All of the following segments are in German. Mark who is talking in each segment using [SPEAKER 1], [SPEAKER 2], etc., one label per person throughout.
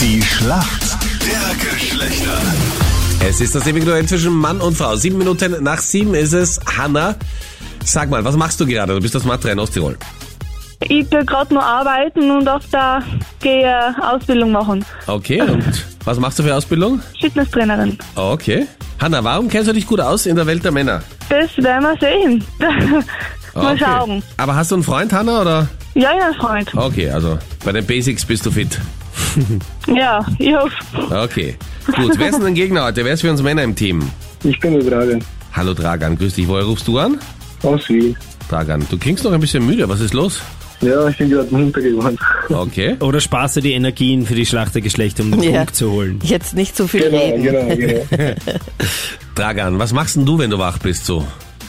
[SPEAKER 1] Die Schlacht der Geschlechter.
[SPEAKER 2] Es ist das ewige Duell zwischen Mann und Frau. Sieben Minuten nach sieben ist es. Hanna, sag mal, was machst du gerade? Du bist aus Matra in Osttirol.
[SPEAKER 3] Ich tue gerade nur arbeiten und auf der gehe Ausbildung machen.
[SPEAKER 2] Okay, und was machst du für Ausbildung?
[SPEAKER 3] Fitnesstrainerin.
[SPEAKER 2] Okay. Hanna, warum kennst du dich gut aus in der Welt der Männer?
[SPEAKER 3] Das werden wir sehen.
[SPEAKER 4] Ah,
[SPEAKER 3] Mal
[SPEAKER 2] Okay.
[SPEAKER 3] schauen.
[SPEAKER 2] Aber hast du einen Freund, Hanna, oder?
[SPEAKER 3] Ja, ja, Freund.
[SPEAKER 4] Ah.
[SPEAKER 2] Okay, also bei den Basics bist du fit.
[SPEAKER 3] Ja, ich hoffe.
[SPEAKER 2] Okay. Gut, wer ist denn dein Gegner heute? Wer ist für uns Männer im Team?
[SPEAKER 5] Ich bin der Dragan
[SPEAKER 2] Hallo Dragan, grüß dich. Woher rufst du an?
[SPEAKER 5] aus Wien.
[SPEAKER 2] Dragan, du klingst noch ein bisschen müde. Was ist los?
[SPEAKER 5] Ja, ich bin gerade munter geworden.
[SPEAKER 2] Okay.
[SPEAKER 4] Oder sparst du die Energien für die Schlachtergeschlechter, um den
[SPEAKER 6] Ja.
[SPEAKER 4] Punkt zu holen?
[SPEAKER 6] Jetzt nicht zu viel
[SPEAKER 5] Genau,
[SPEAKER 6] reden.
[SPEAKER 5] genau, genau.
[SPEAKER 2] Dragan, was machst denn du, wenn du wach bist so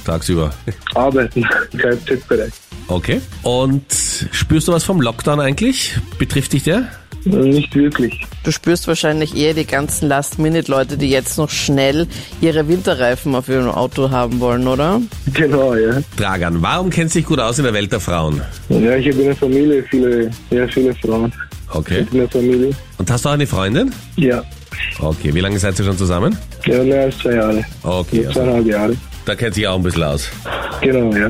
[SPEAKER 2] tagsüber?
[SPEAKER 5] Arbeiten, Kfz-Bereich.
[SPEAKER 2] Okay. Und spürst du was vom Lockdown eigentlich? Betrifft dich der?
[SPEAKER 5] Nicht wirklich.
[SPEAKER 6] Du spürst wahrscheinlich eher die ganzen Last-Minute-Leute, die jetzt noch schnell ihre Winterreifen auf ihrem Auto haben wollen, oder?
[SPEAKER 5] Genau, ja.
[SPEAKER 2] Dragan, warum kennst du dich gut aus in der Welt der Frauen?
[SPEAKER 5] Ja, ich habe in der Familie viele, ja, viele Frauen.
[SPEAKER 2] Okay.
[SPEAKER 6] Mhm.
[SPEAKER 5] In der Familie.
[SPEAKER 2] Und hast du auch eine Freundin?
[SPEAKER 5] Ja.
[SPEAKER 2] Okay. Wie lange seid ihr schon zusammen?
[SPEAKER 5] Ja, mehr als zwei Jahre.
[SPEAKER 2] Okay. Also,
[SPEAKER 5] Zweieinhalb Jahre.
[SPEAKER 2] da kennt sich auch ein bisschen aus.
[SPEAKER 5] Genau, ja.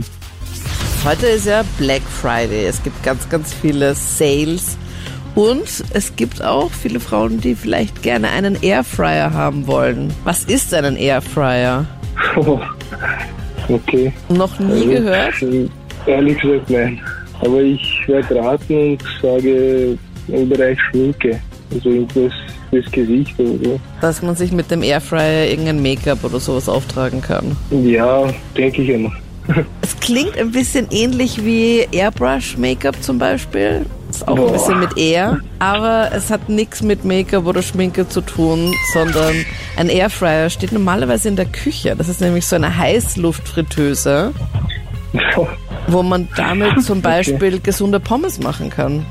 [SPEAKER 6] Heute ist ja Black Friday. Es gibt ganz, ganz viele Sales. Und es gibt auch viele Frauen, die vielleicht gerne einen Airfryer haben wollen. Was ist denn ein Airfryer?
[SPEAKER 5] okay.
[SPEAKER 6] Noch nie
[SPEAKER 5] Also
[SPEAKER 6] gehört?
[SPEAKER 5] Ehrlich gesagt, nein. Aber ich werde raten und sage im Bereich Schminke. Also irgendwas fürs Gesicht oder so.
[SPEAKER 6] Dass man sich mit dem Airfryer irgendein Make-up oder sowas auftragen kann.
[SPEAKER 5] Ja, denke ich immer.
[SPEAKER 6] Es klingt ein bisschen ähnlich wie Airbrush-Make-up zum Beispiel. Ist auch ein bisschen mit Air. Aber es hat nichts mit Make-up oder Schminke zu tun, sondern ein Airfryer steht normalerweise in der Küche. Das ist nämlich so eine Heißluftfritteuse, wo man damit zum Beispiel gesunde Pommes machen kann.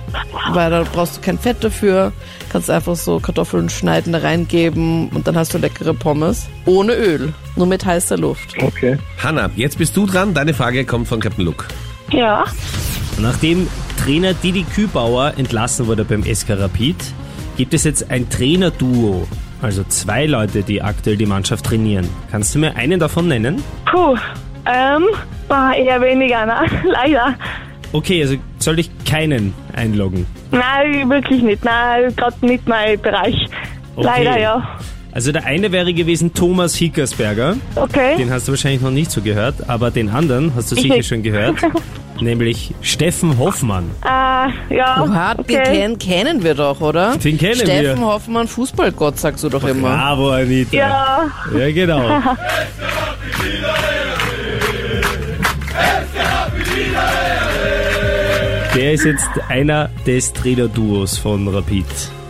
[SPEAKER 6] Weil da brauchst du kein Fett dafür, kannst einfach so Kartoffeln schneiden, da reingeben und dann hast du leckere Pommes. Ohne Öl, nur mit heißer Luft.
[SPEAKER 5] Okay.
[SPEAKER 2] Hanna, jetzt bist du dran. Deine Frage kommt von Captain Luke.
[SPEAKER 3] Ja,
[SPEAKER 4] Nachdem Trainer Didi Kübauer entlassen wurde beim SK Rapid, gibt es jetzt ein Trainerduo. Also zwei Leute, die aktuell die Mannschaft trainieren. Kannst du mir einen davon nennen?
[SPEAKER 3] puh. Ähm, boah, eher weniger, ne? Leider.
[SPEAKER 4] Okay, also soll ich keinen einloggen?
[SPEAKER 3] Nein, wirklich nicht. Nein, gerade nicht mein Bereich.
[SPEAKER 4] Okay.
[SPEAKER 3] Leider, ja.
[SPEAKER 4] Also der eine wäre gewesen Thomas Hickersberger.
[SPEAKER 3] Okay.
[SPEAKER 4] Den hast du wahrscheinlich noch nicht so gehört, aber den anderen hast du
[SPEAKER 3] Ich
[SPEAKER 4] sicher
[SPEAKER 3] nicht.
[SPEAKER 4] schon gehört. Nämlich Steffen Hoffmann.
[SPEAKER 3] Äh, ja.
[SPEAKER 6] Oha, den
[SPEAKER 3] okay.
[SPEAKER 6] kennen- kennen wir doch, oder?
[SPEAKER 4] Den kennen wir.
[SPEAKER 6] Steffen Hoffmann, Fußballgott, sagst du doch immer.
[SPEAKER 4] Bravo, Anita.
[SPEAKER 3] Ja,
[SPEAKER 4] Ja, genau. Der ist jetzt einer des Trainerduos von Rapid.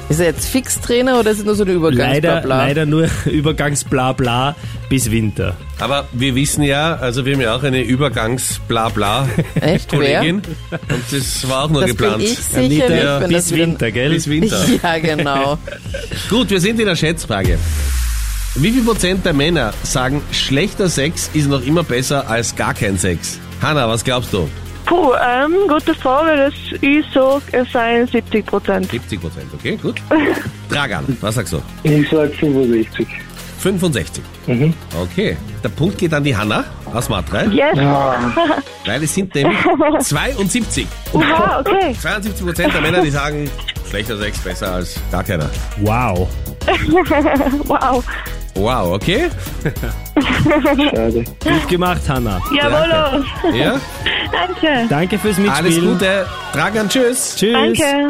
[SPEAKER 6] Ist er jetzt Fixtrainer oder ist er nur so eine
[SPEAKER 4] Leider,
[SPEAKER 6] Übergangsblabla?
[SPEAKER 4] leider nur Übergangsblabla bis Winter.
[SPEAKER 2] Aber wir wissen ja, also wir haben ja auch eine Übergangs-Blabla-Kollegin.
[SPEAKER 6] Echt, wer?
[SPEAKER 2] Und das war auch nur
[SPEAKER 6] Das
[SPEAKER 2] geplant.
[SPEAKER 6] bin ich sicher
[SPEAKER 2] Anita,
[SPEAKER 6] nicht, wenn
[SPEAKER 4] Bis
[SPEAKER 6] das wieder...
[SPEAKER 4] Winter, gell?
[SPEAKER 2] Bis Winter.
[SPEAKER 6] Ja, genau.
[SPEAKER 2] Gut, wir sind in der Schätzfrage. Wie viel Prozent der Männer sagen, schlechter Sex ist noch immer besser als gar kein Sex? Hanna, was glaubst du?
[SPEAKER 3] puh, ähm, gute Frage. Das ich sag, es seien 70 Prozent.
[SPEAKER 2] 70 Prozent, okay, gut. Dragan, was sagst du?
[SPEAKER 5] Ich sag 65.
[SPEAKER 2] 65. Okay, der Punkt geht an die Hanna aus Matra,
[SPEAKER 3] Yes.
[SPEAKER 2] weil es sind nämlich 72.
[SPEAKER 3] Oha, okay.
[SPEAKER 2] 72 Prozent der Männer, die sagen, schlechter Sex besser als gar keiner.
[SPEAKER 4] Wow.
[SPEAKER 3] Wow.
[SPEAKER 2] Wow, okay.
[SPEAKER 5] Schade.
[SPEAKER 4] Gut gemacht, Hanna.
[SPEAKER 3] Jawohl.
[SPEAKER 2] Ja,
[SPEAKER 3] Danke.
[SPEAKER 4] Danke fürs Mitspielen.
[SPEAKER 2] alles Gute. Dragan, tschüss.
[SPEAKER 4] Tschüss.
[SPEAKER 3] Danke.